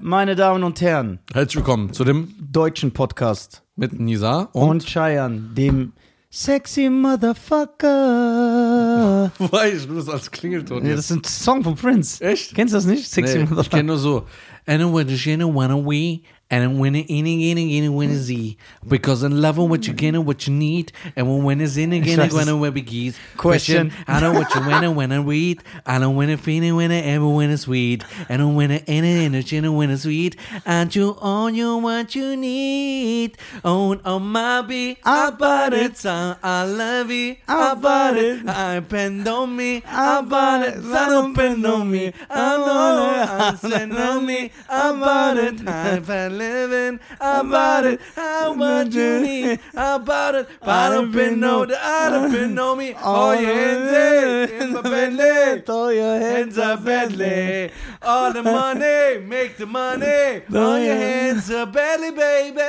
Meine Damen und Herren, Herzlich willkommen zu dem deutschen Podcast mit Nisa und Cheyenne, dem sexy Motherfucker. Wobei, ich nur das als Klingelton. Ja, jetzt. das ist ein Song von Prince. Echt? Kennst du das nicht? Sexy Nee, ich Motherfucker. kenne nur so. And I wanna, and I wanna we, and I wanna, in again, again, wanna see. Because I'm loving what you get and what you need. And when when it's in again, I weiß wanna where begins. Question. I don't want you when I wanna read. I don't wanna feel it when I ever wanna sweet. I don't wanna in it, in it, in it, when it's sweet. And you own you what you need. Own on my be. I bought it. so I love you. I bought it. I bend on me. I bought it. so don't bend on me. I know it. I said on me. I bought it. I've been living. I bought it. How much you need. I bought it. But I don't bend on the. I don't bend on me. Oh, your hands in, in my belly. Throw your Hands hands are up Bentley. badly. All the money, make the money. All your hands are badly, baby.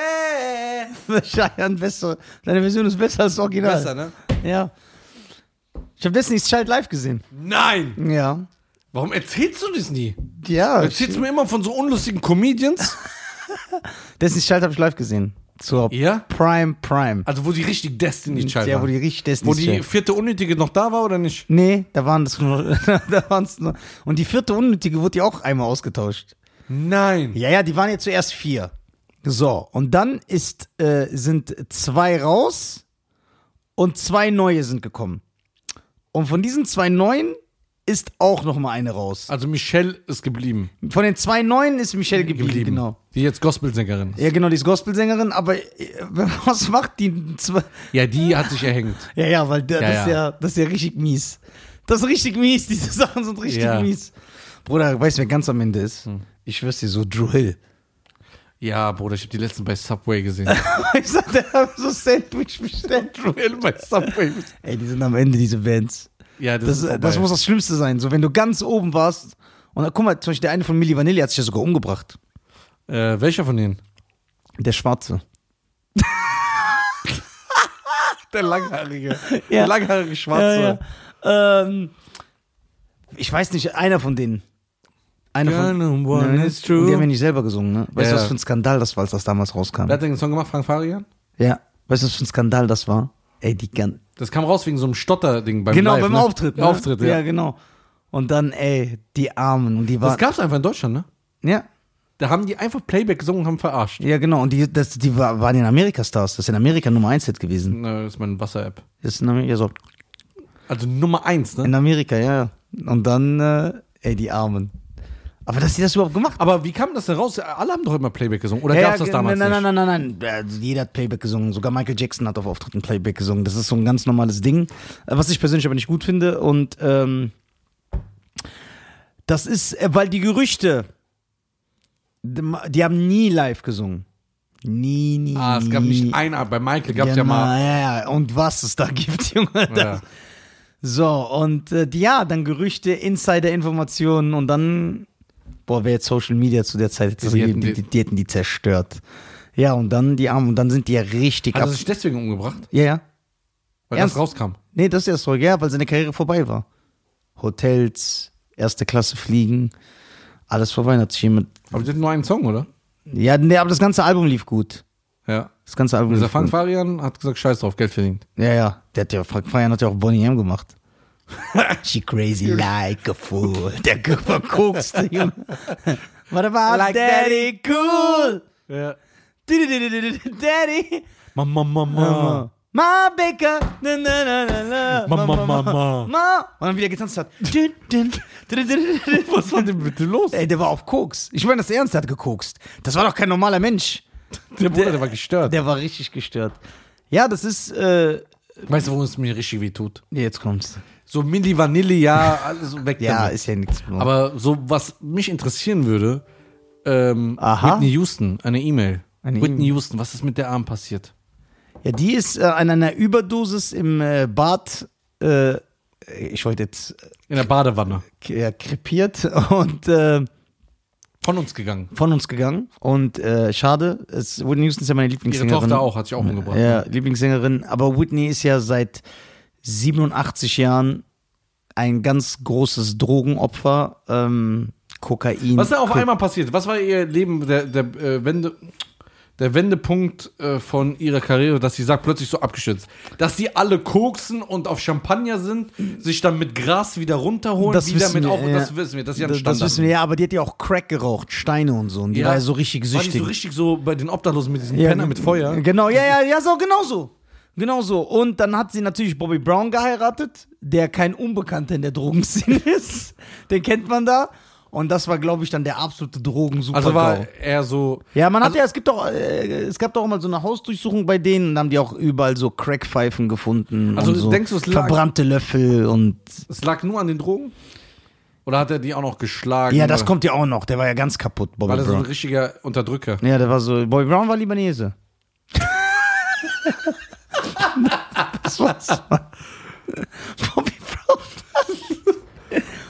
Cheyenne, besser. Deine Version ist besser als das Original. ne? Ja. Ich habe Destiny's Child live gesehen. ne? Nein! Ja. Warum erzählst du das nie? Ja. Erzählst du mir immer von so unlustigen Comedians? Destiny's Child habe ich live gesehen. Zur Ja? Prime Prime. Also, wo die richtig Destiny Child Der, wo waren. die richtig Wo Destiny's die Child. vierte Unnötige noch da war oder nicht? Nee, da waren das nur, da waren's nur. Und die vierte unnötige wurde ja auch einmal ausgetauscht. Nein. Ja, ja, die waren ja zuerst vier. So, und dann ist, äh, sind zwei raus und zwei neue sind gekommen. Und von diesen zwei neuen ist auch noch mal eine raus. Also, Michelle ist geblieben. Von den zwei neuen ist Michelle geblieben, geblieben. genau. Die jetzt Gospelsängerin ist. Ja, genau, die ist Gospelsängerin, aber äh, was macht die zwei? Ja, die hat sich erhängt. Ja, ja, weil der, Ja, das, Ist ja. ja, das ist ja richtig mies. Das ist richtig mies, diese Sachen sind richtig Ja. Hm. mies. Bruder, weißt du, wer ganz am Ende ist? Ich schwör's dir, so Drew Hill. Ja, Bruder, ich habe die letzten bei Subway gesehen. Ich sag, der hat so Sandwich bestellt. Duell bei Subway. Ey, die sind am Ende, diese Bands. Ja, das, Das, ist halt das, vorbei. muss das Schlimmste sein. So, wenn du ganz oben warst und dann, guck mal, zum Beispiel der eine von Milli Vanilli hat sich ja sogar umgebracht. Äh, welcher von denen? Der Schwarze. Der langhaarige. Ja. Der langhaarige Ja, Schwarze. ja. Ähm, ich weiß nicht, einer von denen. Einer von Girl, and one Nein, is true. Die haben ja nicht selber gesungen, ne? Weißt du, Ja. was für ein Skandal das war, als das damals rauskam? Wer hat denn den Song gemacht? Frank Farian? Ja, weißt du, was für ein Skandal das war? Ey, die gan Das kam raus wegen so einem Stotter-Ding beim Genau, Live, beim ne? Auftritt, ne? Auftritt, ja. Ja, genau. Und dann, ey, die Armen und die Das waren. gab's einfach in Deutschland, ne? Ja, Da haben die einfach Playback gesungen und haben verarscht. ja, genau. Und die, das, die wa- waren ja in Amerika Stars. Das ist in Amerika Nummer 1 Hit gewesen. Na, Das ist meine Wasser-App. Das ist in Amerika, ja, so. Also Nummer eins, ne? In Amerika, ja, ja. Und dann, äh, ey, die Armen. Aber dass die das überhaupt gemacht haben. Aber wie kam das denn raus? Alle haben doch immer Playback gesungen. Oder gab's das ge- damals nein, nicht? nein, nein, nein, nein. Also jeder hat Playback gesungen. Sogar Michael Jackson hat auf Auftritten Playback gesungen. Das ist so ein ganz normales Ding, äh, was ich persönlich aber nicht gut finde. Und ähm, das ist, äh, weil die Gerüchte, die ma- die haben nie live gesungen. Nie, nie. Ah, es gab nie. nicht ein, aber bei Michael gab's ja Genau, mal. Ja, ja. Und was es da gibt, Junge. Das, Ja. so, und äh, die- ja, dann Gerüchte, Insider-Informationen und dann, boah, wer jetzt Social Media zu der Zeit hätte, Die die, hätten die, die- die, die, hätten die zerstört. Ja, und dann die Armen, und dann sind die ja richtig Hat er ab. sich deswegen umgebracht? Ja, ja. Weil Ernst? das rauskam. Nee, das ist ja so, ja, weil seine Karriere vorbei war. Hotels, erste Klasse fliegen, alles vorbei. Dann Hat sich jemand. Aber die hatten nur einen Song, oder? Ja, nee, aber das ganze Album lief gut. Ja. Das ganze Album Dieser lief Frank gut. Farian hat gesagt, scheiß drauf, Geld verdient. Ja, ja. Der hat ja, Frank Feiern hat ja auch Bonnie M gemacht. She crazy like a fool. Der verkokste Junge. What about Like daddy cool? Ja. Daddy. Mama, Mama. Ma Baker. Na, na, na, na, na. Mama, Mama. Ma. Und dann wieder getanzt hat. Was war denn bitte los? Ey, der war auf Koks. Ich meine das ernst, der hat gekokst. Das war doch kein normaler Mensch. Der Bruder, der war gestört. Der war richtig gestört. Ja, das ist, äh, Weißt du, wo es mir richtig weh tut? jetzt kommt's. So Milli Vanilli, ja, alles so weg Ja, damit. ist ja nichts. mehr. Aber so, was mich interessieren würde, ähm, Aha. Whitney Houston, eine E-Mail. Eine Whitney E-Mail. Houston, was ist mit der Arm passiert? Ja, die ist äh, an einer Überdosis im äh, Bad, äh, ich wollte jetzt, In der Badewanne. k- ja, krepiert und äh, Von uns gegangen. von uns gegangen. Und äh, schade, es, Whitney Houston ist also- ja meine Ihre Lieblingssängerin. Tochter auch, hat sich auch umgebracht. Ja, Lieblingssängerin. Aber Whitney ist ja seit 87 Jahren ein ganz großes Drogenopfer, ähm, Kokain. Was ist da auf Ko- einmal passiert? Was war ihr Leben, der, der, äh, Wende, der Wendepunkt äh, von ihrer Karriere, dass sie sagt, plötzlich so abgestürzt? Dass sie alle koksen und auf Champagner sind, sich dann mit Gras wieder runterholen, Das wieder wissen mit wir, auch, ja. das wissen wir, das ist ja ein das, Standard. das wissen wir ja, aber die hat ja auch Crack geraucht, Steine und so. Und die war ja so richtig War die süchtig. so richtig so bei den Obdachlosen mit diesen Ja, Penner mit Feuer? Genau, ja, ja, ja, so, genau so. Genau so. Und dann hat sie natürlich Bobby Brown geheiratet, der kein Unbekannter in der Drogenszene ist. Den kennt man da. Und das war, glaube ich, dann der absolute Drogensupergau. Also war Also er so. ja, man hat ja, es gibt doch, äh, es gab doch auch mal so eine Hausdurchsuchung bei denen und haben die auch überall so Crackpfeifen gefunden. Also und so denkst du, es lag- Verbrannte Löffel und. Es lag nur an den Drogen? Oder hat er die auch noch geschlagen? Ja, das Oder kommt ja auch noch. Der war ja ganz kaputt, Bobby Genau. War das so ein Brown. richtiger Unterdrücker? Ja, der war so. Bobby Brown war Libanese. das war's. Bobby Brown.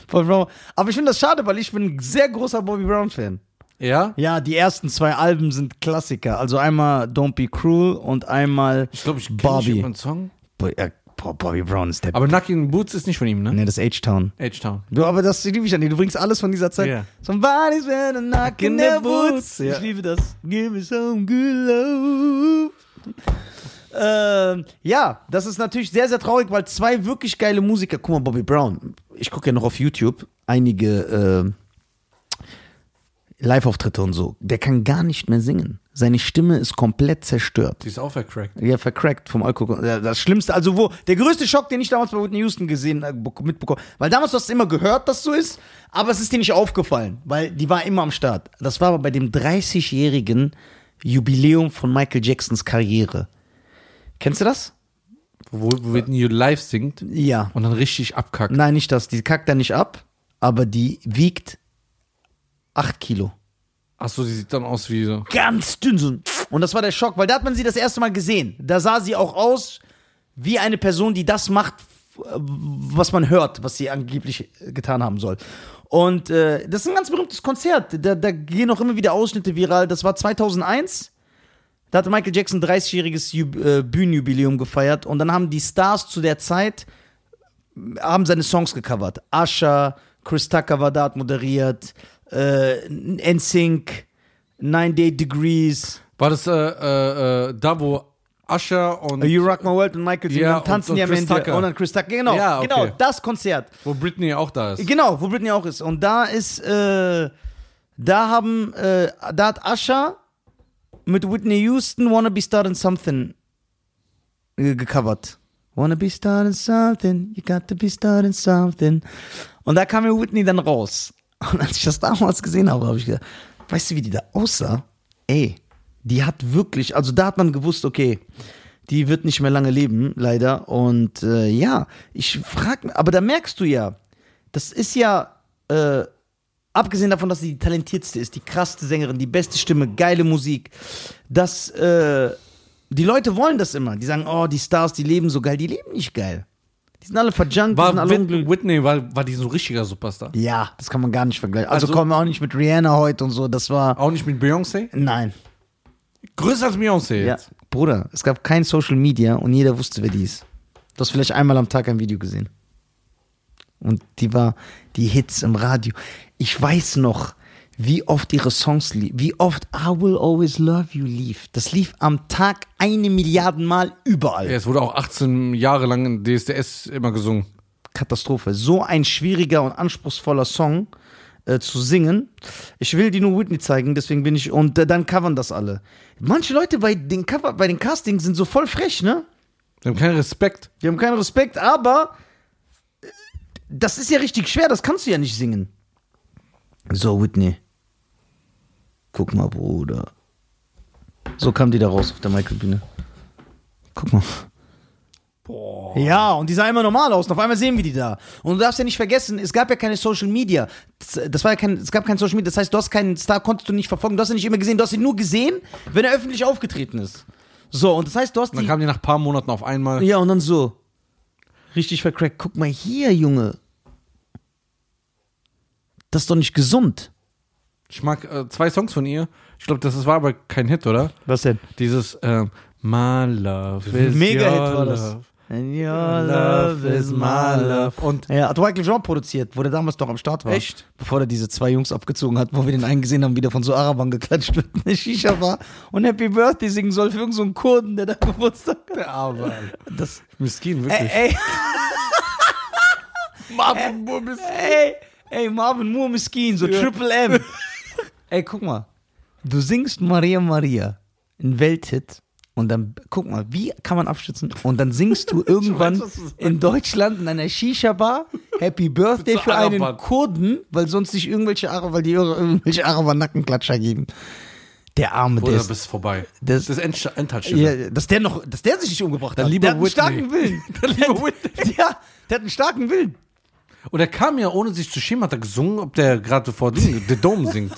Bobby Brown. Aber ich finde das schade, weil ich bin ein sehr großer Bobby Brown-Fan. Ja? Ja, die ersten zwei Alben sind Klassiker. Also einmal Don't Be Cruel und einmal Ich glaube, ich kenn nicht Bobby. irgendeinen Song. Bo ja, boah, Bobby Brown ist der. Aber Nucky in Boots ist nicht von ihm, ne? nee, das ist H-Town. H-Town. Du, aber das liebe ich an dir. Du bringst alles von dieser Zeit. Ja. Somebody's been a knock in the woods. Ja. Ich liebe das. Give me some good love. Ähm, ja, das ist natürlich sehr, sehr traurig, weil zwei wirklich geile Musiker, guck mal, Bobby Brown, ich gucke ja noch auf YouTube einige äh, Live-Auftritte und so, der kann gar nicht mehr singen. Seine Stimme ist komplett zerstört. Die ist auch vercrackt. Ja, vercrackt vom Alkohol. Ja, Das Schlimmste, also wo, der größte Schock, den ich damals bei Whitney Houston gesehen, äh, bek- mitbekommen Weil damals hast du immer gehört, dass so ist, aber es ist dir nicht aufgefallen, weil die war immer am Start. Das war aber bei dem 30-jährigen Jubiläum von Michael Jacksons Karriere. Kennst du das? Wo wo Whitney live singt Ja. und dann richtig abkackt. Nein, nicht das. Die kackt da nicht ab, aber die wiegt 8 Kilo. Achso, sie sieht dann aus wie so. ganz dünn. So. ein Und das war der Schock, weil da hat man sie das erste Mal gesehen. Da sah sie auch aus wie eine Person, die das macht, f- äh, was man hört, was sie angeblich äh, getan haben soll. Und äh, das ist ein ganz berühmtes Konzert. Da, da gehen auch immer wieder Ausschnitte viral. Das war 2001. Da hatte Michael Jackson 30-jähriges Ju äh, Bühnenjubiläum gefeiert. Und dann haben die Stars zu der Zeit äh, haben seine Songs gecovert. Asha, Chris Tucker war da, hat moderiert, äh, NSYNC, Nine Day Degrees, War das äh, äh, äh, da, wo Usher und You Rock My World und Michael Ja, Jackson und tanzen und- und die am Chris Ende. Tucker. Und dann Chris Tucker, genau, Ja, okay. genau, das Konzert. wo Britney auch da ist. Genau, wo Britney auch ist. Und da ist, äh, da haben, äh, da hat Asha mit Whitney Houston Wanna Be Starting Something äh, gecovert. Wanna be starting something, you got to be starting something. Und da kam mir Whitney dann raus. Und als ich das damals gesehen habe, habe ich gedacht, weißt du, wie die da aussah? Ey, die hat wirklich, also da hat man gewusst, okay, die wird nicht mehr lange leben, leider. Und äh, ja, ich frage, aber da merkst du ja, das ist ja, äh, abgesehen davon, dass sie die talentiertste ist, die krasseste Sängerin, die beste Stimme, geile Musik, dass äh, die Leute wollen das immer. Die sagen, oh, die Stars, die leben so geil, die leben nicht geil. Die sind alle verjunkt, die War sind alle Whit- unglücklich. Whitney war, war die so ein richtiger Superstar. Ja, das kann man gar nicht vergleichen. Also, Also- Oh. kommen wir auch nicht mit Rihanna heute und so, das war. Auch nicht mit Beyoncé? Nein. Größer als Beyoncé Ja. jetzt. Bruder, es gab kein Social Media und jeder wusste, wer die ist. Du hast vielleicht einmal am Tag ein Video gesehen. Und die war die Hits im Radio. Ich weiß noch, wie oft ihre Songs lief, wie oft I Will Always Love You lief. Das lief am Tag eine Milliarden Mal überall. Ja, es wurde auch 18 Jahre lang in DSDS immer gesungen. Katastrophe. So ein schwieriger und anspruchsvoller Song äh, zu singen. Ich will die nur Whitney zeigen, deswegen bin ich. Und äh, dann covern das alle. Manche Leute bei den, Cover, bei den Castings sind so voll frech, ne? Die haben keinen Respekt. Die haben keinen Respekt, aber äh, das ist ja richtig schwer, das kannst du ja nicht singen. So, Whitney. Guck mal, Bruder. So kam die da raus auf der Michael-Bühne. Guck mal. Boah. Ja, und die sah immer normal aus. Und auf einmal sehen wir die da. Und du darfst ja nicht vergessen, es gab ja keine Social Media. Das, das war ja kein, es gab kein Social Media. Das heißt, du hast keinen Star, konntest du nicht verfolgen. Du hast ihn nicht immer gesehen. Du hast ihn nur gesehen, wenn er öffentlich aufgetreten ist. So, und das heißt, du hast Und dann die. kamen die nach ein paar Monaten auf einmal. Ja, und dann so. Richtig vercrackt. Guck mal hier, Junge. Das ist doch nicht gesund. Ich mag äh, zwei Songs von ihr. Ich glaube, das war aber kein Hit, oder? Was denn? Dieses ähm, My Love is Mega-Hit your war das. love. And your love is my love. Und Ja, hat Michael Jean produziert, wo der damals noch am Start war. Echt? Bevor er diese zwei Jungs abgezogen hat, wo wir den einen gesehen haben, wie der von so Arabern geklatscht wird, eine Shisha war und Happy Birthday singen soll für irgendeinen Kurden, der da Geburtstag hat. der Arme. Das, Miskin, wirklich. ey, ey, Marvin Burbis. ey, ey, Marvin Moore Miskin, so Triple M. ey, guck mal. Du singst Maria Maria, ein Welthit. Und dann, guck mal, wie kann man abstützen? Und dann singst du irgendwann was du sagst. in Deutschland in einer Shisha-Bar Happy Birthday Zu für einen Arabern. Kurden, weil sonst nicht irgendwelche Araber, weil die irre- irgendwelche Araber Nackenklatscher geben. Der arme, der Oder ist, bist vorbei. das- Das ist End Endhaltestelle. ja, dass der noch, dass der sich nicht umgebracht ne? Dann hat. lieber der hat einen starken Whitney. Willen. Dann lieber Whitney. Ja, der hat einen starken Willen. Und er kam ja, ohne sich zu schämen, hat er gesungen, ob der gerade vor Ding, The Dome singt.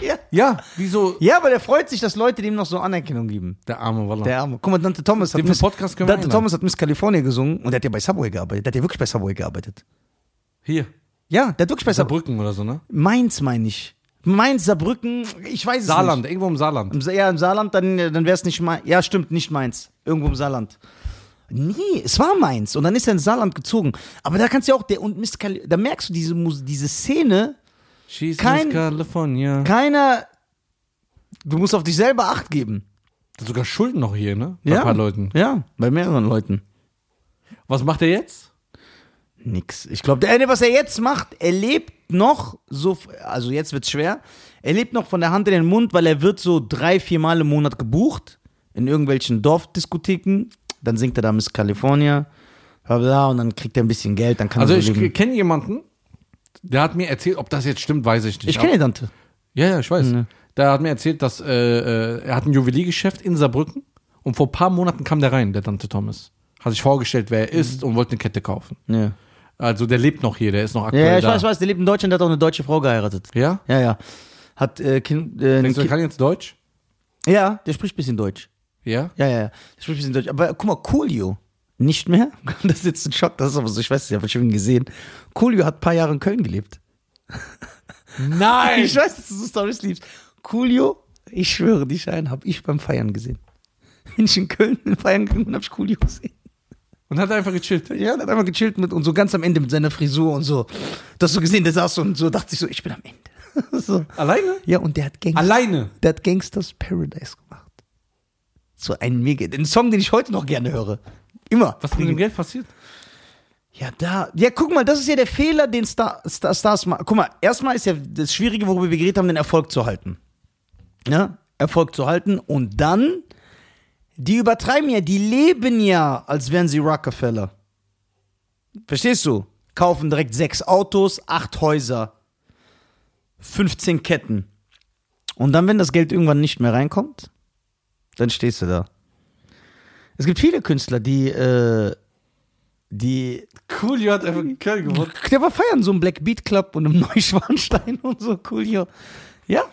Ja. Ja, wieso? Ja, aber der freut sich, dass Leute dem noch so Anerkennung geben. Der arme Walla. Der Arme. Guck mal, Dante Thomas hat Den Miss, Podcast können wir Dante einladen. Thomas hat Miss California gesungen und der hat ja bei Subway gearbeitet. Der hat ja wirklich bei Subway gearbeitet. Hier, Ja, der hat wirklich bei Subway. Saarbrücken oder so, ne? Mainz meine ich. Mainz, Saarbrücken, ich weiß es Saarland, irgendwo im Saarland. nicht. Saarland. Ja, im Saarland, dann, dann wäre es nicht Mainz. Ja, stimmt, nicht Mainz. Irgendwo im Saarland. Nee, es war Mainz und dann ist er ins Saarland gezogen. Aber da kannst du ja auch, der, und Miss Cali da merkst du diese, Mus- diese Szene, She's Kein- Miss California. keiner, du musst auf dich selber Acht geben. Sogar Schulden noch hier, ne? Bei ein paar Leuten. Ja, bei mehreren Leuten. Was macht er jetzt? Nix. Ich glaube, der, äh, was er jetzt macht, er lebt noch so, also jetzt wird's schwer, er lebt noch von der Hand in den Mund, weil er wird so drei, vier Mal im Monat gebucht in irgendwelchen Dorfdiskotheken. Dann singt er da Miss California, bla bla, und dann kriegt er ein bisschen Geld, dann kann Also er so ich leben. kenne jemanden, der hat mir erzählt, ob das jetzt stimmt, weiß ich nicht. Ich kenne Dante. Ja, ja, ich weiß. Der hat mir erzählt, dass äh, äh, er hat ein Juweliergeschäft in Saarbrücken und vor ein paar Monaten kam der rein, der Dante Thomas. Hat sich vorgestellt, wer er Mhm. ist und wollte eine Kette kaufen. Ja, Also der lebt noch hier, der ist noch ja, aktuell ja ich da. weiß, ich weiß, der lebt in Deutschland, der hat auch eine deutsche Frau geheiratet. Ja? Ja, ja. Hat äh, kind, äh, Denkst du, Ki- der kann jetzt Deutsch? Ja, der spricht ein bisschen Deutsch. Ja? Ja, ja, ja. Ich spreche ein bisschen Deutsch. Aber guck mal, Coolio. Nicht mehr? Das ist jetzt ein Schock, das ist aber so, ich weiß nicht, ich habe schon gesehen. Coolio hat ein paar Jahre in Köln gelebt. Nein! Ich weiß, dass du so Storys liebst. Coolio, ich schwöre dich ein, habe ich beim Feiern gesehen. Bin ich in Köln feiern gegangen und habe ich Coolio gesehen. Und hat einfach gechillt. Ja, der hat einfach gechillt mit und so ganz am Ende mit seiner Frisur und so. Das so gesehen, der saß so und so, dachte ich so, ich bin am Ende. So. Alleine? Ja, und der hat Gangster. Alleine? Der hat Gangsters Paradise gemacht. So ein mega, den Song, den ich heute noch gerne höre. Immer. Was ist mit dem Geld passiert? Ja, da. Ja, guck mal, das ist ja der Fehler, den Star, Star, Stars machen. Guck mal, erstmal ist ja das Schwierige, worüber wir geredet haben, den Erfolg zu halten. Ne? Erfolg zu halten und dann, die übertreiben ja, die leben ja, als wären sie Rockefeller. Verstehst du? Kaufen direkt sechs Autos, acht Häuser, 15 Ketten. Und dann, wenn das Geld irgendwann nicht mehr reinkommt, dann stehst du da. Es gibt viele Künstler, die, äh, die Coolio hat einfach in Köln gewonnen. der war feiern, so im Black Beat Club und im Neuschwanstein und so, Coolio. Ja,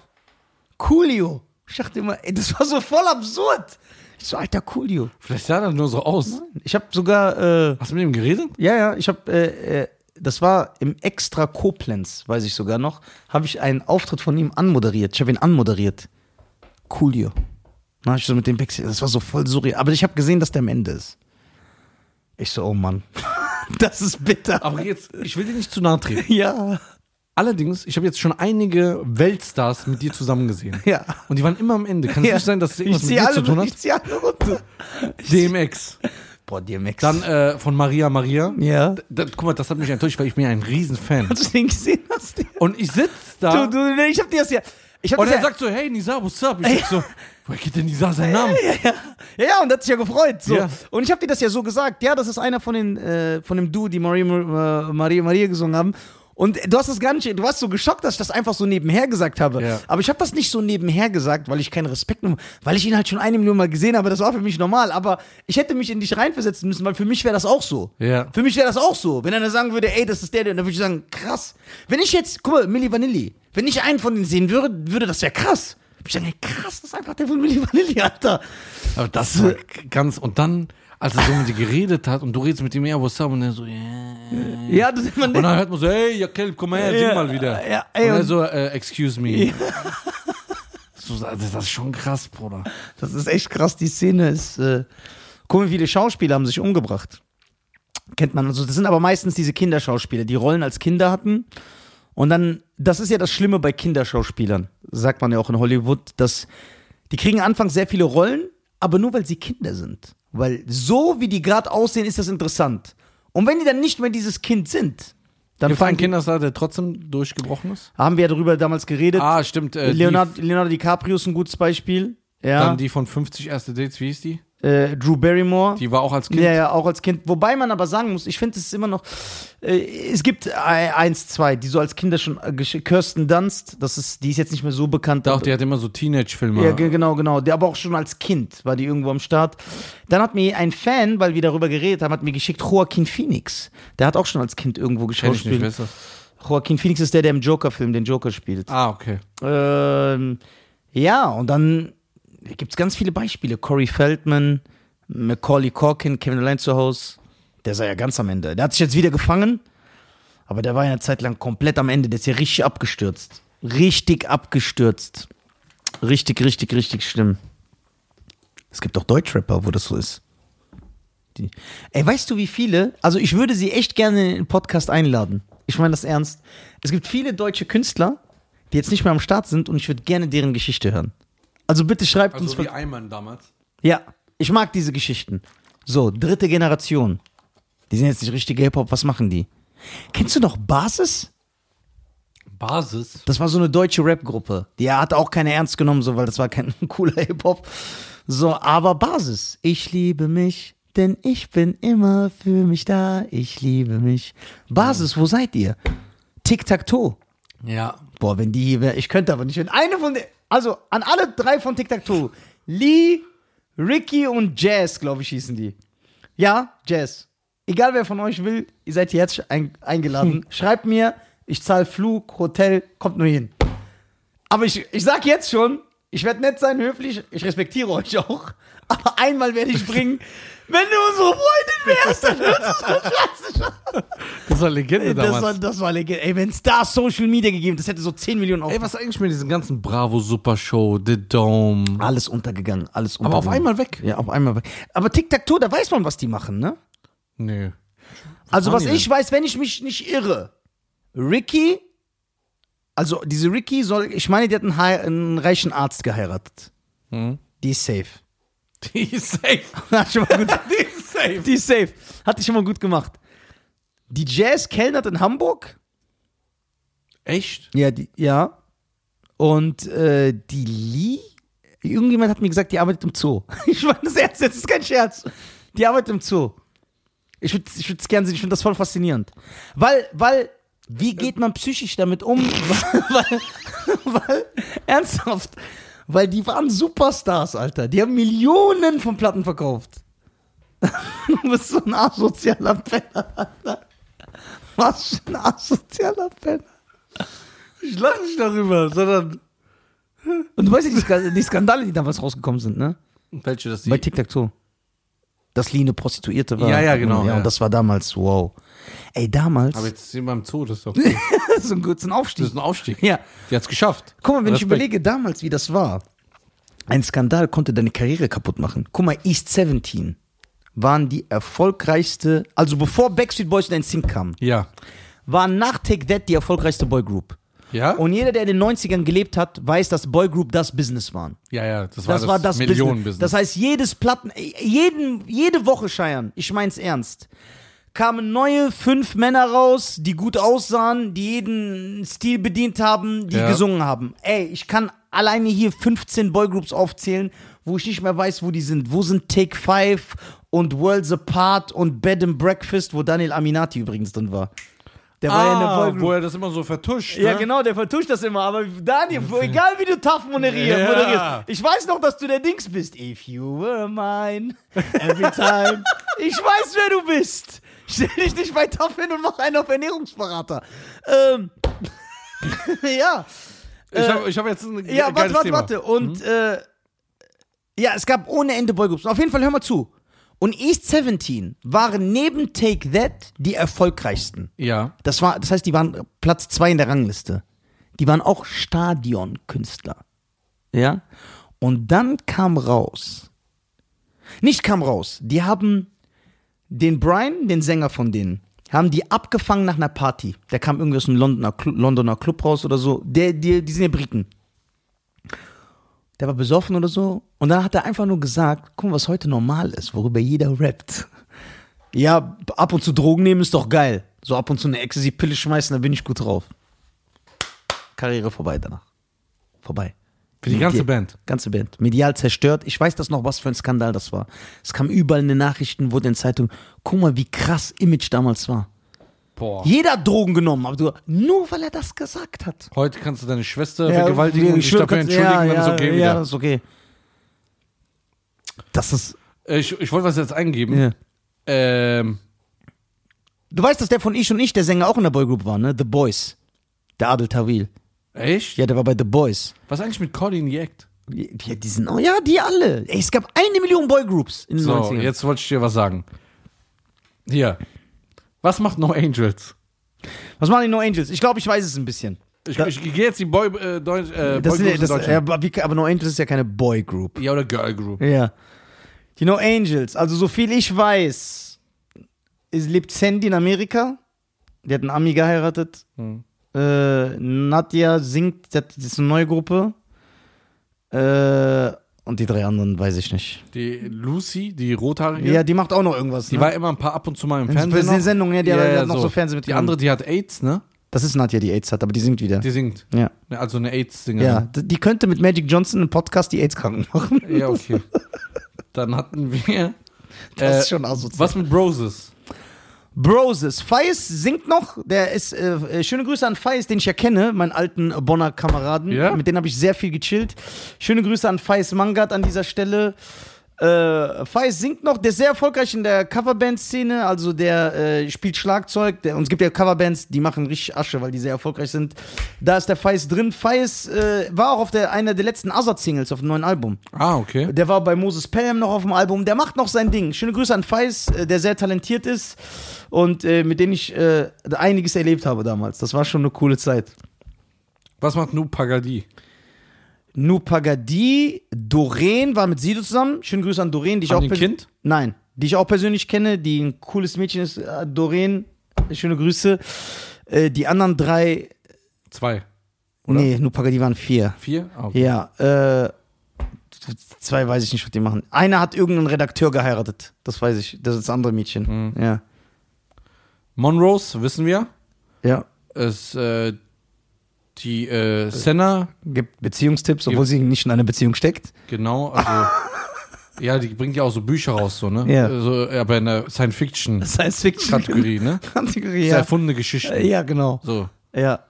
Coolio. Ich dachte immer, ey, das war so voll absurd. Ich so, alter Coolio. Vielleicht sah er nur so aus. Ich habe sogar, äh, Hast du mit ihm geredet? ja, ja, ich habe, äh, äh, das war im Extra Koblenz, weiß ich sogar noch, habe ich einen Auftritt von ihm anmoderiert. Ich habe ihn anmoderiert. Coolio. Dann hab ich so mit dem Wechsel, das war so voll surreal. Aber ich habe gesehen, dass der am Ende ist. Ich so, oh Mann, das ist bitter. Aber jetzt, ich will dir nicht zu nahe treten. Ja, Allerdings, ich habe jetzt schon einige Weltstars mit dir zusammen gesehen. ja. Und die waren immer am Ende. Kann es Ja. nicht sein, dass es irgendwas Ich mit zieh dir alle- zu tun Ich hat? zieh alle runter. DMX. Boah, DMX. Dann äh, von Maria Maria. ja. Da, guck mal, das hat mich enttäuscht, weil ich bin ja ein Riesenfan. Hast du den gesehen? Hast du, Und ich sitze da du, du, nee, ich hab dir das ja. Ich hab und das er ja, Ah. Oh, sagt so, hey Nisa, what's up? Ich sag so, woher geht denn Nisa seinen Namen? ja, ja, ja, ja, und hat sich ja gefreut. So. Ja. Und ich habe dir das ja so gesagt. Ja, das ist einer von den, äh, von dem Duo, die Maria, äh, Maria, Maria gesungen haben. Und du hast das gar nicht, du warst so geschockt, dass ich das einfach so nebenher gesagt habe. Ja. Aber ich habe das nicht so nebenher gesagt, weil ich keinen Respekt, nur- weil ich ihn halt schon eine Million Mal gesehen habe. Das war für mich normal. Aber ich hätte mich in dich reinversetzen müssen, weil für mich wäre das auch so. Ja. Für mich wäre das auch so. Wenn einer sagen würde, ey, das ist der, der, dann würde ich sagen, krass. Wenn ich jetzt, guck mal, Milli Vanilli, wenn ich einen von denen sehen würde, würde das wäre krass. Würde ich sagen, ey, krass, das ist einfach der von Milli Vanilli, Alter. Aber das war k- ganz, und dann, als er so mit dir geredet hat und du redest mit ihm, ja, what's up? Und er so, yeah. Ja, das ist man Und dann hört man so, hey, ja, Kelb, komm her, Ja, sing mal wieder. ja, ey, und er und- so, äh, excuse me. So, also, das ist schon krass, Bruder. Das ist echt krass, die Szene ist. Äh, Guck mal, viele Schauspieler haben sich umgebracht. Kennt man. Also, das sind aber meistens diese Kinderschauspieler, die Rollen als Kinder hatten. Und dann, das ist ja das Schlimme bei Kinderschauspielern, sagt man ja auch in Hollywood, dass die kriegen anfangs sehr viele Rollen, aber nur weil sie Kinder sind. Weil so wie die gerade aussehen, ist das interessant. Und wenn die dann nicht mehr dieses Kind sind, dann Gibt einen fangen die, Kinderstar, der trotzdem durchgebrochen ist? haben wir ja darüber damals geredet. Ah, stimmt. Äh, Leonardo, Die, Leonardo DiCaprio ist ein gutes Beispiel. Ja. dann die von 50 erste Dates, wie hieß die? äh, Drew Barrymore. Die war auch als Kind. Ja, ja, auch als Kind. Wobei man aber sagen muss, ich finde es ist immer noch. Äh, es gibt äh, eins, zwei, die so als Kinder schon. Äh, gesch- Kirsten Dunst, das ist, die ist jetzt nicht mehr so bekannt. Doch, die hat immer so Teenage-Filme. ja, ge- genau, genau. Der aber auch schon als Kind war die irgendwo am Start. Dann hat mir ein Fan, weil wir darüber geredet haben, hat mir geschickt Joaquin Phoenix. Der hat auch schon als Kind irgendwo Kenn ich nicht, wer geschauspielt. ist das? Joaquin Phoenix ist der, der im Joker-Film den Joker spielt. Ah, okay. Ähm, ja, und dann gibt es ganz viele Beispiele. Corey Feldman, Macaulay Corkin, Kevin Allein zu Hause. Der sei ja ganz am Ende. Der hat sich jetzt wieder gefangen, aber der war ja eine Zeit lang komplett am Ende. Der ist ja richtig abgestürzt. Richtig abgestürzt. Richtig, richtig, richtig schlimm. Es gibt auch Deutschrapper, wo das so ist. Die. Ey, weißt du, wie viele? Also, ich würde sie echt gerne in den Podcast einladen. Ich meine das ernst. Es gibt viele deutsche Künstler, die jetzt nicht mehr am Start sind und ich würde gerne deren Geschichte hören. Also, bitte schreibt uns. von- Eimann damals. Ja, ich mag diese Geschichten. So, dritte Generation. Die sind jetzt nicht richtige Hip-Hop, was machen die? Kennst du noch Basis? Basis. Das war so eine deutsche Rap-Gruppe. Die hat auch keine ernst genommen, so, weil das war kein cooler Hip-Hop. So, aber Basis. Ich liebe mich, denn ich bin immer für mich da. Ich liebe mich. Basis, wo seid ihr? Tic-Tac-Toe. Ja. Boah, wenn die hier wäre, ich könnte aber nicht. Wenn eine von den, also an alle drei von Tic Tac Toe, Lee, Ricky und Jazz, glaube ich, hießen die. Ja, Jazz. Egal wer von euch will, ihr seid jetzt ein, Hm. eingeladen. Schreibt mir, ich zahle Flug, Hotel, kommt nur hin. Aber ich, ich sag jetzt schon, ich werde nett sein, höflich, ich respektiere euch auch. Aber einmal werde ich bringen, wenn du unsere Freundin wärst, dann würdest du so scheiße schon. Das war Legende Das damals. war, das war legend. Ey, wenn es da Social Media gegeben, das hätte so 10 Millionen Aufrufe. Ey, was ist eigentlich mit diesem ganzen Bravo Super Show, The Dome? Alles untergegangen, alles Aber untergegangen. auf einmal weg. Ja, Ah, auf einmal weg. Aber Tic-Tac-Toe, da weiß man, was die machen, ne? Nee. Also, machen was die ich weiß, wenn ich mich nicht irre, Ricky, also diese Ricky soll, ich meine, die hat einen, hei- einen reichen Arzt geheiratet. Hm? Die ist safe. Die ist safe. Hat schon mal gut, Die ist safe. die ist safe. Hat die schon mal gut gemacht. Die Jazz kellnert in Hamburg. Echt? Ja, die, ja. Und äh, die Lee, irgendjemand hat mir gesagt, die arbeitet im Zoo. Ich meine das ernst, das ist kein Scherz. Die arbeitet im Zoo. Ich würde es ich gerne sehen, ich finde das voll faszinierend. Weil, weil, wie geht man psychisch damit um? weil, weil, ernsthaft, weil die waren Superstars, Alter. Die haben Millionen von Platten verkauft. du bist so ein asozialer Penner, Alter. Was für ein asozialer Penner. Ich lache nicht darüber, sondern. Und du weißt ja die, Ska die Skandale, die damals rausgekommen sind, ne? Welche das Bei Tic-Tac-Toe. Dass Lee eine Prostituierte war. Ja, ja, genau, Ja, ja. Und das war damals, wow. Ey, damals. Aber jetzt sind wir im Zoo, das ist doch cool. das ist ein guter Aufstieg. Das ist ein Aufstieg. Ja. Die hat's geschafft. Guck mal, wenn ich Respekt. überlege, damals, wie das war. Ein Skandal konnte deine Karriere kaputt machen. Guck mal, East 17 waren die erfolgreichste, also bevor Backstreet Boys und NSYNC kamen, Ja. waren nach Take That die erfolgreichste Boygroup. Ja? Und jeder, der in den 90ern gelebt hat, weiß, dass Boygroup das Business waren. ja, ja, das war Das, das, war das Business. Millionenbusiness. Das heißt, jedes Platten, jeden, jede Woche scheiern. Ich mein's ernst. Kamen neue fünf Männer raus, die gut aussahen, die jeden Stil bedient haben, die Ja. gesungen haben. Ey, ich kann alleine hier 15 Boygroups aufzählen, wo ich nicht mehr weiß, wo die sind. Wo sind Take Five und Worlds Apart und Bed and Breakfast, wo Daniel Aminati übrigens drin war. Der war ja ah, in der wo Boygroup. er das immer so vertuscht. Ja, ne? genau, der vertuscht das immer. Aber Daniel, wo, egal wie du tough moderierst, Ja. moderierst, ich weiß noch, dass du der Dings bist. If you were mine, every time. ich weiß, wer du bist. Stell dich nicht bei tough hin und mach einen auf Ernährungsberater. Ähm, ja. Ich habe ich hab jetzt ein ge- Äh, Ja, warte, geiles warte, Thema. Hm? warte. Und äh, ja, es gab ohne Ende Boygroups. Auf jeden Fall, hör mal zu. Und East 17 waren neben Take That die erfolgreichsten. Ja. Das war, das heißt, die waren Platz zwei in der Rangliste. Die waren auch Stadionkünstler. Ja? Und dann kam raus, Nicht kam raus. Die haben den Brian, den Sänger von denen, haben die abgefangen nach einer Party. Der kam irgendwie aus einem Londoner, Cl Londoner Club raus oder so. Der, die, die sind ja Briten. Der war besoffen oder so. Und dann hat er einfach nur gesagt, guck mal, was heute normal ist, worüber jeder rappt. Ja, ab und zu Drogen nehmen ist doch geil. So ab und zu eine Ecstasy-Pille schmeißen, da bin ich gut drauf. Karriere vorbei danach. Vorbei. Für die ganze Band. Ganze Band. Medial zerstört. Ich weiß das noch, was für ein Skandal das war. Es kam überall in den Nachrichten, wurde in Zeitungen. Guck mal, wie krass Image damals war. Boah. Jeder hat Drogen genommen, aber du, nur weil er das gesagt hat. Heute kannst du deine Schwester vergewaltigen und dich dafür entschuldigen, ja, dann ja, ist okay ja, wieder. das ist okay. Das ist. Äh, Ich, ich wollte was jetzt eingeben. Ja. Ähm, Du weißt, dass der von Ich und Ich, der Sänger, auch in der Boygroup war, ne? The Boys. Der Adel Tawil. echt? Ja, der war bei The Boys. Was eigentlich mit Colin Yacht? Ja, die sind, oh ja, die alle. Ey, es gab eine Million Boygroups in den So, 90ern. jetzt wollte ich dir was sagen. Hier. Was macht No Angels? Was machen die No Angels? Ich glaube, ich weiß es ein bisschen. Ich, Da- ich gehe jetzt die Boy, äh, Deutsch, äh, Das Boygroups sind, in das, ja, Deutschland. aber, wie, aber No Angels ist ja keine Boygroup. ja, oder Girl Group. Ja. Die No Angels, also so viel ich weiß, es lebt Sandy in Amerika. Die hat einen Ami geheiratet. Hm. Äh, Nadja singt, die hat- das ist eine neue Gruppe. Äh, und die drei anderen weiß ich nicht. Die Lucy, die rothaarige, Ja, die macht auch noch irgendwas. die ne? war immer ein paar ab und zu mal im In Fernsehen. noch. Sendungen, ja, ne, die hat- die hat noch so Fernsehen Die mitgenommen. andere, die hat AIDS, ne? das ist Nadja, die AIDS hat, aber die singt wieder. Die singt. ja. Ne, Also eine Ja, AIDS-Singerin. d- die könnte mit Magic Johnson einen Podcast die AIDS-Kranken machen. Ja, okay. Dann hatten wir. Das äh, ist schon asozial. Was mit Broses? Broses. Feis singt noch. Der ist, äh, äh, schöne Grüße an Feis, den ich ja kenne, meinen alten Bonner Kameraden. Ja? Mit denen habe ich sehr viel gechillt. Schöne Grüße an Feis Mangat an dieser Stelle. Äh, Feis singt noch, der ist sehr erfolgreich in der Coverband-Szene, also der äh, spielt Schlagzeug der, und es gibt ja Coverbands, die machen richtig Asche, weil die sehr erfolgreich sind. Da ist der Feis drin. Feis äh, war auch auf der, einer der letzten Azad-Singles auf dem neuen Album. Ah, okay. Der war bei Moses Pelham noch auf dem Album. Der macht noch sein Ding. Schöne Grüße an Feis, äh, der sehr talentiert ist und äh, mit dem ich äh, einiges erlebt habe damals. Das war schon eine coole Zeit. Was macht Nu Pagadi? Nupagadi, Doreen war mit Sido zusammen. Schöne Grüße an Doreen, die ich An auch den pers- Kind? Nein, die ich auch persönlich kenne, die ein cooles Mädchen ist. Äh, Doreen, schöne Grüße. Äh, die anderen drei, Zwei. nee, Nupagadi waren vier. Vier? Ah, okay. Ja, äh, zwei weiß ich nicht, was die machen. Einer hat irgendeinen Redakteur geheiratet. Das weiß ich. Das ist das andere Mädchen. Ja. Monrose, wissen wir. Ja. Ist äh, die äh, Senna, Gibt Beziehungstipps, obwohl sie nicht in einer Beziehung steckt. genau. Also, ja, die bringt ja auch so Bücher raus, so, ne? Ja. So, aber in der Science-Fiction-Kategorie, Science Fiction. ne? Kategorie, Ja. ja. Erfundene Geschichten. Ja, genau. So. Ja.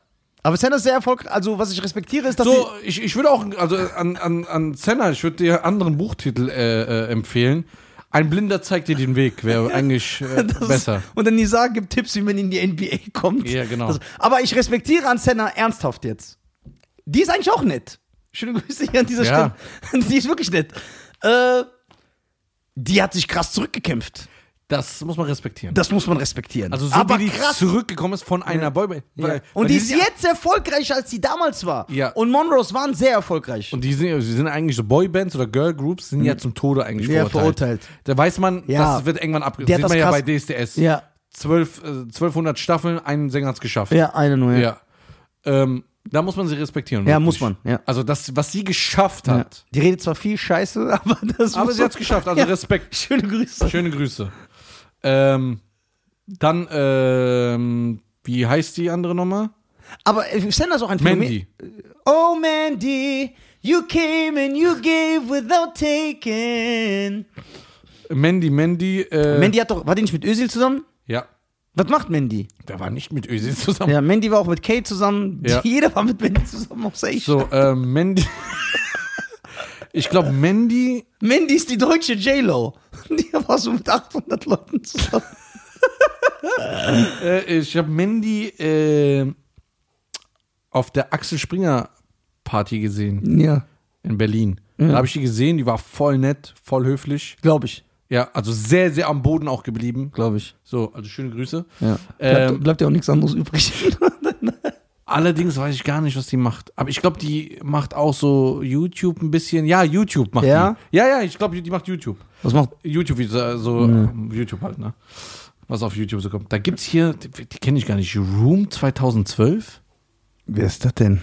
Aber Senna ist sehr erfolgreich. Also, was ich respektiere, ist, dass So, ich, ich würde auch, also an, an, an Senna, ich würde dir anderen Buchtitel äh, äh, empfehlen. Ein Blinder zeigt dir den Weg, wäre eigentlich äh, sie. das- besser. Und dann Nisa gibt Tipps, wie man in die NBA kommt. Ja, genau. Also, aber ich respektiere an Senna ernsthaft jetzt. Die ist eigentlich auch nett. Schöne Grüße hier an dieser Ja. Stelle. Die ist wirklich nett. Äh, die hat sich krass zurückgekämpft. Das muss man respektieren. Das muss man respektieren. also so aber wie die krass. zurückgekommen ist von einer Boyband. Ja. weil- weil Und die ist sind ja- jetzt erfolgreicher, als sie damals war. Ja. Und Monroes waren sehr erfolgreich. Und die sind, ja- sie sind eigentlich so Boybands oder Girlgroups, sind ja zum Tode eigentlich Mhm. Ja, verurteilt. verurteilt. Da weiß man, Ja. das wird irgendwann abge... Der hat Sieht das man ja krass- bei DSDS. ja, 12, äh, 1200 Staffeln, einen Sänger hat's geschafft. ja, eine neue. Ja. Ähm, da muss man sie respektieren. Ja, wirklich. muss man, ja. Also das, was sie geschafft Ja. hat, Die redet zwar viel Scheiße, aber das aber muss sie hat's geschafft, also Ja. Respekt. Schöne Grüße. Schöne Grüße. Ähm, dann, ähm, wie heißt die andere nochmal? Aber äh, Senna ist auch ein Phänomen. Mandy. Oh Mandy, you came and you gave without taking. Mandy, Mandy. Äh, Mandy hat doch, war die nicht mit Özil zusammen? Ja, Was macht Mandy? der war nicht mit Özil zusammen. Ja, Mandy war auch mit Kate zusammen. Ja. Jeder war mit Mandy zusammen, außer ich. So, äh, Mandy. Ich glaube, Mandy. Mandy ist die deutsche J-Lo. Die war so mit 800 Leuten zusammen. Äh, ich habe Mandy äh, auf der Axel Springer Party gesehen Ja, in Berlin. Mhm. Da habe ich die gesehen, die war voll nett, voll höflich. glaube ich. Ja, also sehr, sehr am Boden auch geblieben. Glaube ich. So, also schöne Grüße. Ja. Ähm, bleibt ja auch nichts anderes übrig. Allerdings weiß ich gar nicht, was die macht. Aber ich glaube, die macht auch so YouTube ein bisschen. Ja, YouTube macht Ja? die. Ja, ja, ich glaube, die macht YouTube. Was macht. YouTube, wie so, so äh, YouTube halt, ne? Was auf YouTube so kommt. Da gibt's hier, die, die kenne ich gar nicht, Room 2012. Wer ist das denn?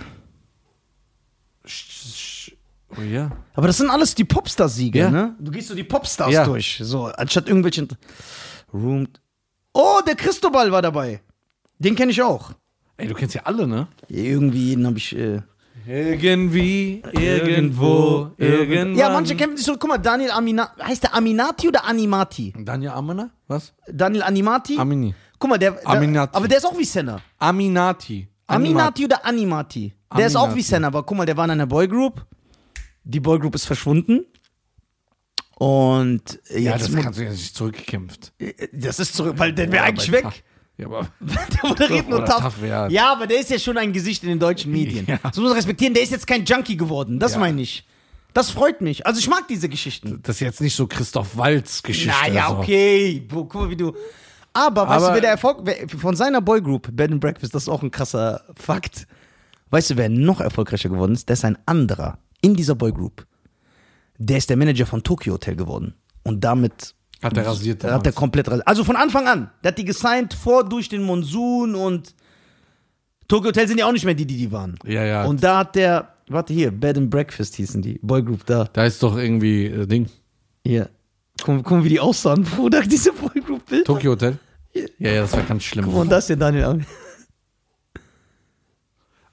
Sch- sch- Oh ja. Aber das sind alles die Popstar-Siege, Ja. ne? Du gehst so die Popstars Ja. durch. So, anstatt irgendwelchen. Room. Oh, der Cristobal war dabei. Den kenne ich auch. Ey, du kennst ja alle, ne? Irgendwie jeden habe ich. Äh, Irgendwie, irgendwo, irgendwann. ja, manche kennen dich so. Guck mal, Daniel Aminati. Heißt der Aminati oder Animati? Daniel Amina? Was? Daniel Animati? Amini. Guck mal, der. der Aminati. Aber der ist auch wie Senna. Aminati. Aminati oder Animati? Der ist auch wie Aminati. Senna, aber guck mal, der war in einer Boygroup. Die Boygroup ist verschwunden. Und äh, jetzt Ja, das mu- kannst du ja nicht zurückgekämpft. das ist zurück, weil der wäre eigentlich Aber weg. Ja, aber. der moderiert nur Oder tough. tough, ja. Ja, aber der ist ja schon ein Gesicht in den deutschen Medien. Ja. Das muss man respektieren, der ist jetzt kein Junkie geworden, das Ja. meine ich. Das freut mich. Also ich mag diese Geschichten. Das ist jetzt nicht so Christoph Walz-Geschichte. Naja, so. okay. Bo- Guck mal, wie du. Aber, weißt du, also. Aber- wer der Erfolg wer, von seiner Boygroup, Bed and Breakfast, das ist auch ein krasser Fakt. Weißt du, wer noch erfolgreicher geworden ist? Der ist ein anderer in dieser Boygroup. Der ist der Manager von Tokyo Hotel geworden. Und damit Hat er rasiert. Da hat er komplett rasiert. Also von Anfang an. Der hat die gesigned vor durch den Monsun und Tokyo Hotel sind ja auch nicht mehr die, die die waren. Ja, ja. Und da hat der, warte hier, Bed and Breakfast hießen die, Boygroup da. da ist doch irgendwie äh, Ding. Hier. Guck, guck mal, wie die aussahen, Bruder, diese Boygroup-Bilder. Tokyo Hotel? Ja, ja, das war ganz schlimm. Und das hier, Daniel. Am-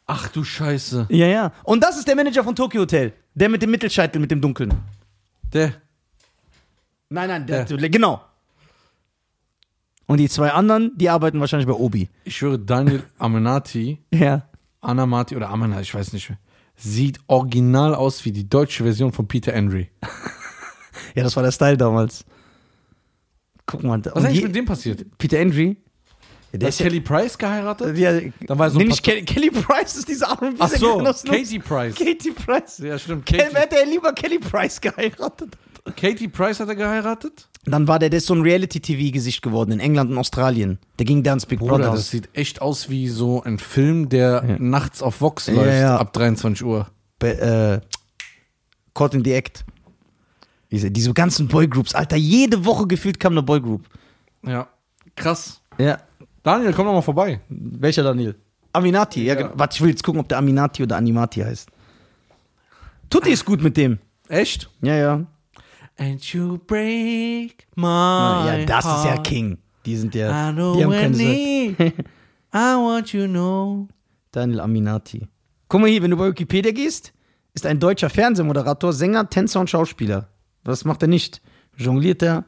Ach du Scheiße. Ja, ja. Und das ist der Manager von Tokyo Hotel. Der mit dem Mittelscheitel, mit dem Dunkeln. Der. Nein, nein, der, genau. Und die zwei anderen, die arbeiten wahrscheinlich bei Obi. Ich schwöre, Daniel Aminati, Ja. Anamati oder Aminati, ich weiß nicht mehr, sieht original aus wie die deutsche Version von Peter Andre. Ja, das war der Style damals. Guck mal. Was ist eigentlich mit dem passiert? Peter Andre? Ja, der Hat Kelly Price geheiratet? Ja, Dann war so nee, ein nicht Kelly, Kelly Price ist diese Arme. Ach so, Katie Price. Katie Price. Ja, stimmt. Ey, wer Katie, hätte er lieber Kelly Price geheiratet? Katie Price hat er geheiratet? Dann war der, der ist so ein Reality-TV-Gesicht geworden in England und Australien. Der ging da ins Big Bruder, Brother. das sieht echt aus wie so ein Film, der nachts auf Vox Ja, läuft, ja. ab 23 Uhr. Be äh, Caught in the Act. Diese, diese ganzen Boygroups, Alter, jede Woche gefühlt kam eine Boygroup. Ja, krass. Ja. Daniel, komm doch mal vorbei. Welcher Daniel? Aminati, ja, genau. Warte, ich will jetzt gucken, ob der Aminati oder Animati heißt. Tutti ist gut mit dem. Echt? Ja, ja. And you break my Oh, Ah, Ja, das ist ja heart. King. Die sind I ja. know Die haben when keine Sorge. need. I want you know. Daniel Aminati. Guck mal hier, wenn du bei Wikipedia gehst, ist ein deutscher Fernsehmoderator, Sänger, Tänzer und Schauspieler. Was macht er nicht? Jongliert er?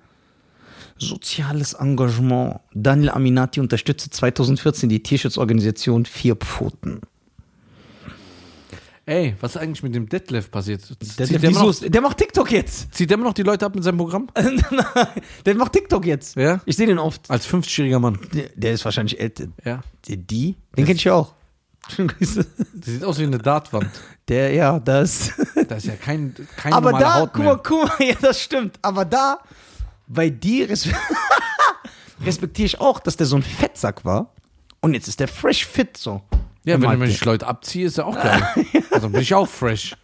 Soziales Engagement. Daniel Aminati unterstützte 2014 die Tierschutzorganisation Vier Pfoten. Ey, was ist eigentlich mit dem Detlef passiert? Der, zieht, der, der immer wieso noch, ist- der macht TikTok jetzt. zieht der immer noch die Leute ab mit seinem Programm? der macht TikTok jetzt. Ja? Ich sehe den oft. Als 50-jähriger Mann. Der, der ist wahrscheinlich älter. Ja. Die? Die? Den kenn ich ja auch. Das sieht aus wie eine Dartwand. Der, ja, das. Da ist ja kein, kein Aber normale da, Haut guck mehr. mal, guck mal, ja, das stimmt. Aber da, bei dir res respektiere ich auch, dass der so ein Fettsack war. Und jetzt ist der fresh fit so. ja, wenn Mal ich Leute abziehe, ist ja auch geil. also bin ich auch fresh.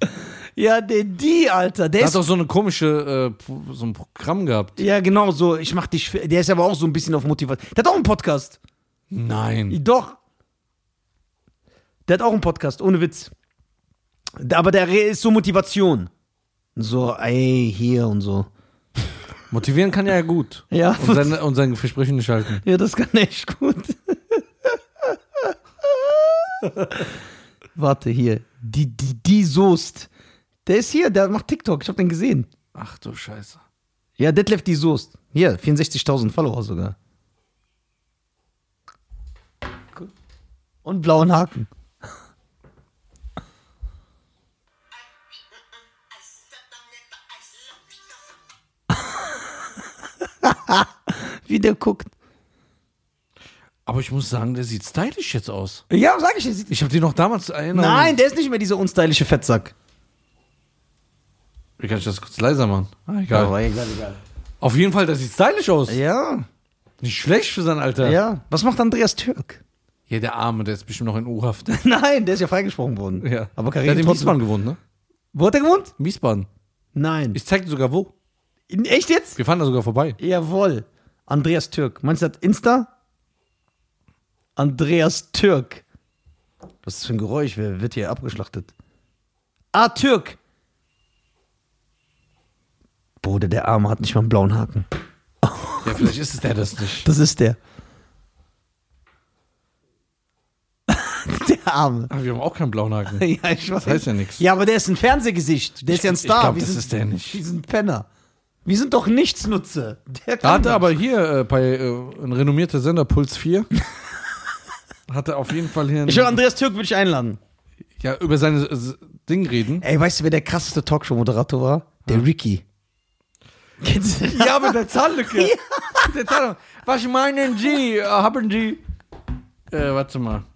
der- Ja, der die, Alter. Der Der hat ist. doch so eine komische, äh, Pro- so ein Programm gehabt. Ja, genau so. Ich mach dich. fe- Der ist aber auch so ein bisschen auf Motivation. Der hat auch einen Podcast. Nein. Doch. Der hat auch einen Podcast, ohne Witz. Der- Aber der re- ist so Motivation. So, ey, hier und so. Motivieren kann er ja gut. Ja, Und seine, und seine Versprechen nicht halten. Ja, das kann echt gut. Warte hier. Die, die, die Soest. Der ist hier, der macht TikTok. Ich hab den gesehen. Ach du Scheiße. Ja, Detlef die Soest. Hier, 64.000 Follower sogar. Und blauen Haken. Wie der guckt. Aber ich muss sagen, der sieht stylisch jetzt aus. Ja, sag ich jetzt. Ich habe die noch damals erinnert. Nein, der ist nicht mehr dieser unstylische Fettsack. Wie kann ich das kurz leiser machen? Ah, egal. egal, egal. Auf jeden Fall, der sieht stylisch aus. Ja, Nicht schlecht für sein Alter. ja. Was macht Andreas Türk? Ja, der Arme, der ist bestimmt noch in U-Haft. Nein, der ist ja freigesprochen worden. Aber Der Karim hat in trotzdem. Wiesbaden gewohnt, ne? Wo hat er gewohnt? Wiesbaden. Nein. Ich zeig dir sogar wo. In echt jetzt? Wir fahren da sogar vorbei. Jawohl. Andreas Türk. Meinst du das Insta? Andreas Türk. Was ist das für ein Geräusch? Wer wird hier abgeschlachtet? Ah, Türk. Bode, der Arme hat nicht mal einen blauen Haken. Ja, vielleicht ist es der das nicht. Das ist der. der Arme. Aber Ah, wir haben auch keinen blauen Haken. Ja, ich weiß. heißt ja nichts. Ja, aber der ist ein Fernsehgesicht. Der ist ja ein ich Star. glaub, Wir das sind- ist der nicht. Wir sind Penner. Wir sind doch Nichtsnutze. Der Da kann hat er das. aber hier äh, bei äh, ein renommierter Sender Puls 4 hat er auf jeden Fall hier Ich höre, Andreas Türk würde ich einladen. ja, über sein äh, Ding reden. Ey, weißt du, wer der krasseste Talkshow-Moderator war? Hm? Der Ricky. Kennst du den? Ja, aber der Zahnlücke. Der Zahnlücke. Was meinen Sie? Äh, Haben Sie? Äh, warte mal.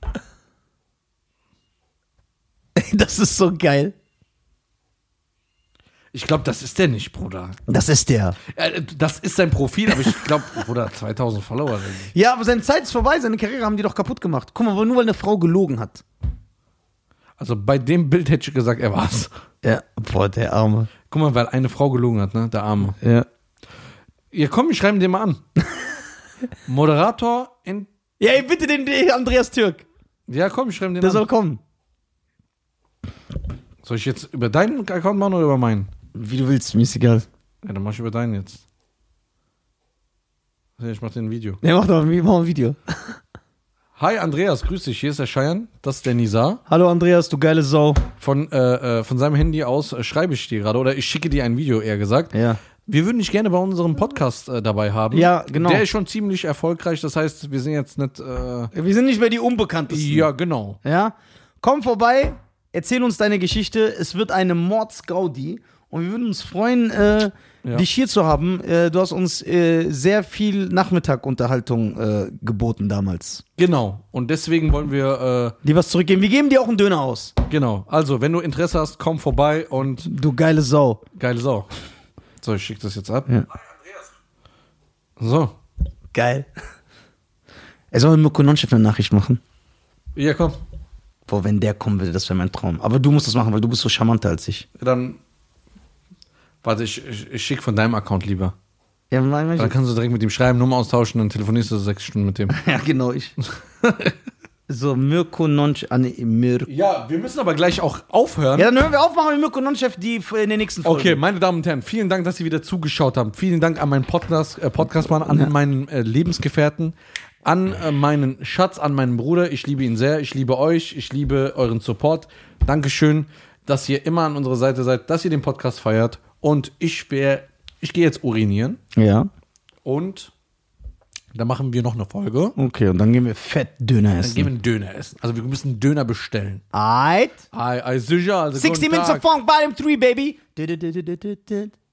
Das ist so geil. Ich glaube, das ist der nicht, Bruder. Das ist der. Äh, das ist sein Profil, aber ich glaube, Bruder, 2000 Follower. Ja, aber seine Zeit ist vorbei. Seine Karriere haben die doch kaputt gemacht. Guck mal, nur weil eine Frau gelogen hat. Also bei dem Bild hätte ich gesagt, er war's. Ja, boah, der Arme. Guck mal, weil eine Frau gelogen hat, ne? Der Arme. Ja. Ja, komm, wir schreiben den mal an. Moderator in. Ja, ey, bitte den, den Andreas Türk. Ja, komm, wir schreiben den Der an. soll kommen. Soll ich jetzt über deinen Account machen oder über meinen? Wie du willst, mir ist egal. Ja, dann mach ich über deinen jetzt. Ja, Ich mach den Video. Ja, mach doch mal, wir machen ein Video. Hi Andreas, grüß dich. Hier ist der Scheiern. Das ist der Nizar. Hallo Andreas, du geile Sau. Von, äh, äh, von seinem Handy aus äh, schreibe ich dir gerade oder ich schicke dir ein Video, eher gesagt. Ja. Wir würden dich gerne bei unserem Podcast äh, dabei haben. Ja, genau. Der ist schon ziemlich erfolgreich. Das heißt, wir sind jetzt nicht. Äh, Wir sind nicht mehr die Unbekanntesten. ja, genau. Ja? Komm vorbei, erzähl uns deine Geschichte. Es wird eine Mordsgaudi. Und wir würden uns freuen, äh, Ja. dich hier zu haben. Äh, du hast uns äh, sehr viel Nachmittagunterhaltung äh, geboten damals. Genau. Und deswegen wollen wir. Dir was zurückgeben. Wir geben dir auch einen Döner aus. Äh, genau. Also, wenn du Interesse hast, komm vorbei und Du geile Sau. geile Sau. So, ich schicke das jetzt ab. Ja. So. Geil. Er soll mit Kononchef eine Nachricht machen. Ja, komm. Boah, wenn der kommen würde, das wäre mein Traum. Aber du musst das machen, weil du bist so charmanter als ich. Dann. Warte, ich, ich, ich schicke von deinem Account lieber. Ja, mein, Dann kannst du direkt mit ihm schreiben, Nummer austauschen, dann telefonierst du sechs Stunden mit dem. ja genau, ich. so, Mirko Nonch, an Mirko. Ja, wir müssen aber gleich auch aufhören. Ja, dann hören wir auf, machen wir Mirko Nonchef die in den nächsten Folgen. Okay, meine Damen und Herren, vielen Dank, dass Sie wieder zugeschaut haben. Vielen Dank an meinen Podcast, äh, Podcastmann, an meinen äh, Lebensgefährten, an äh, meinen Schatz, an meinen Bruder. Ich liebe ihn sehr. Ich liebe euch. Ich liebe euren Support. Dankeschön, dass ihr immer an unserer Seite seid, dass ihr den Podcast feiert. Und ich wär, ich gehe jetzt urinieren Ja. und dann machen wir noch eine Folge. Okay, und dann gehen wir fett Döner Dann gehen wir essen. einen Döner essen. Also wir müssen einen Döner bestellen. Alright. Ei, ei, sicher. Also 60 guten Minutes Tag. of Funk, Volume 3, baby. Du, du, du, du, du, du, du.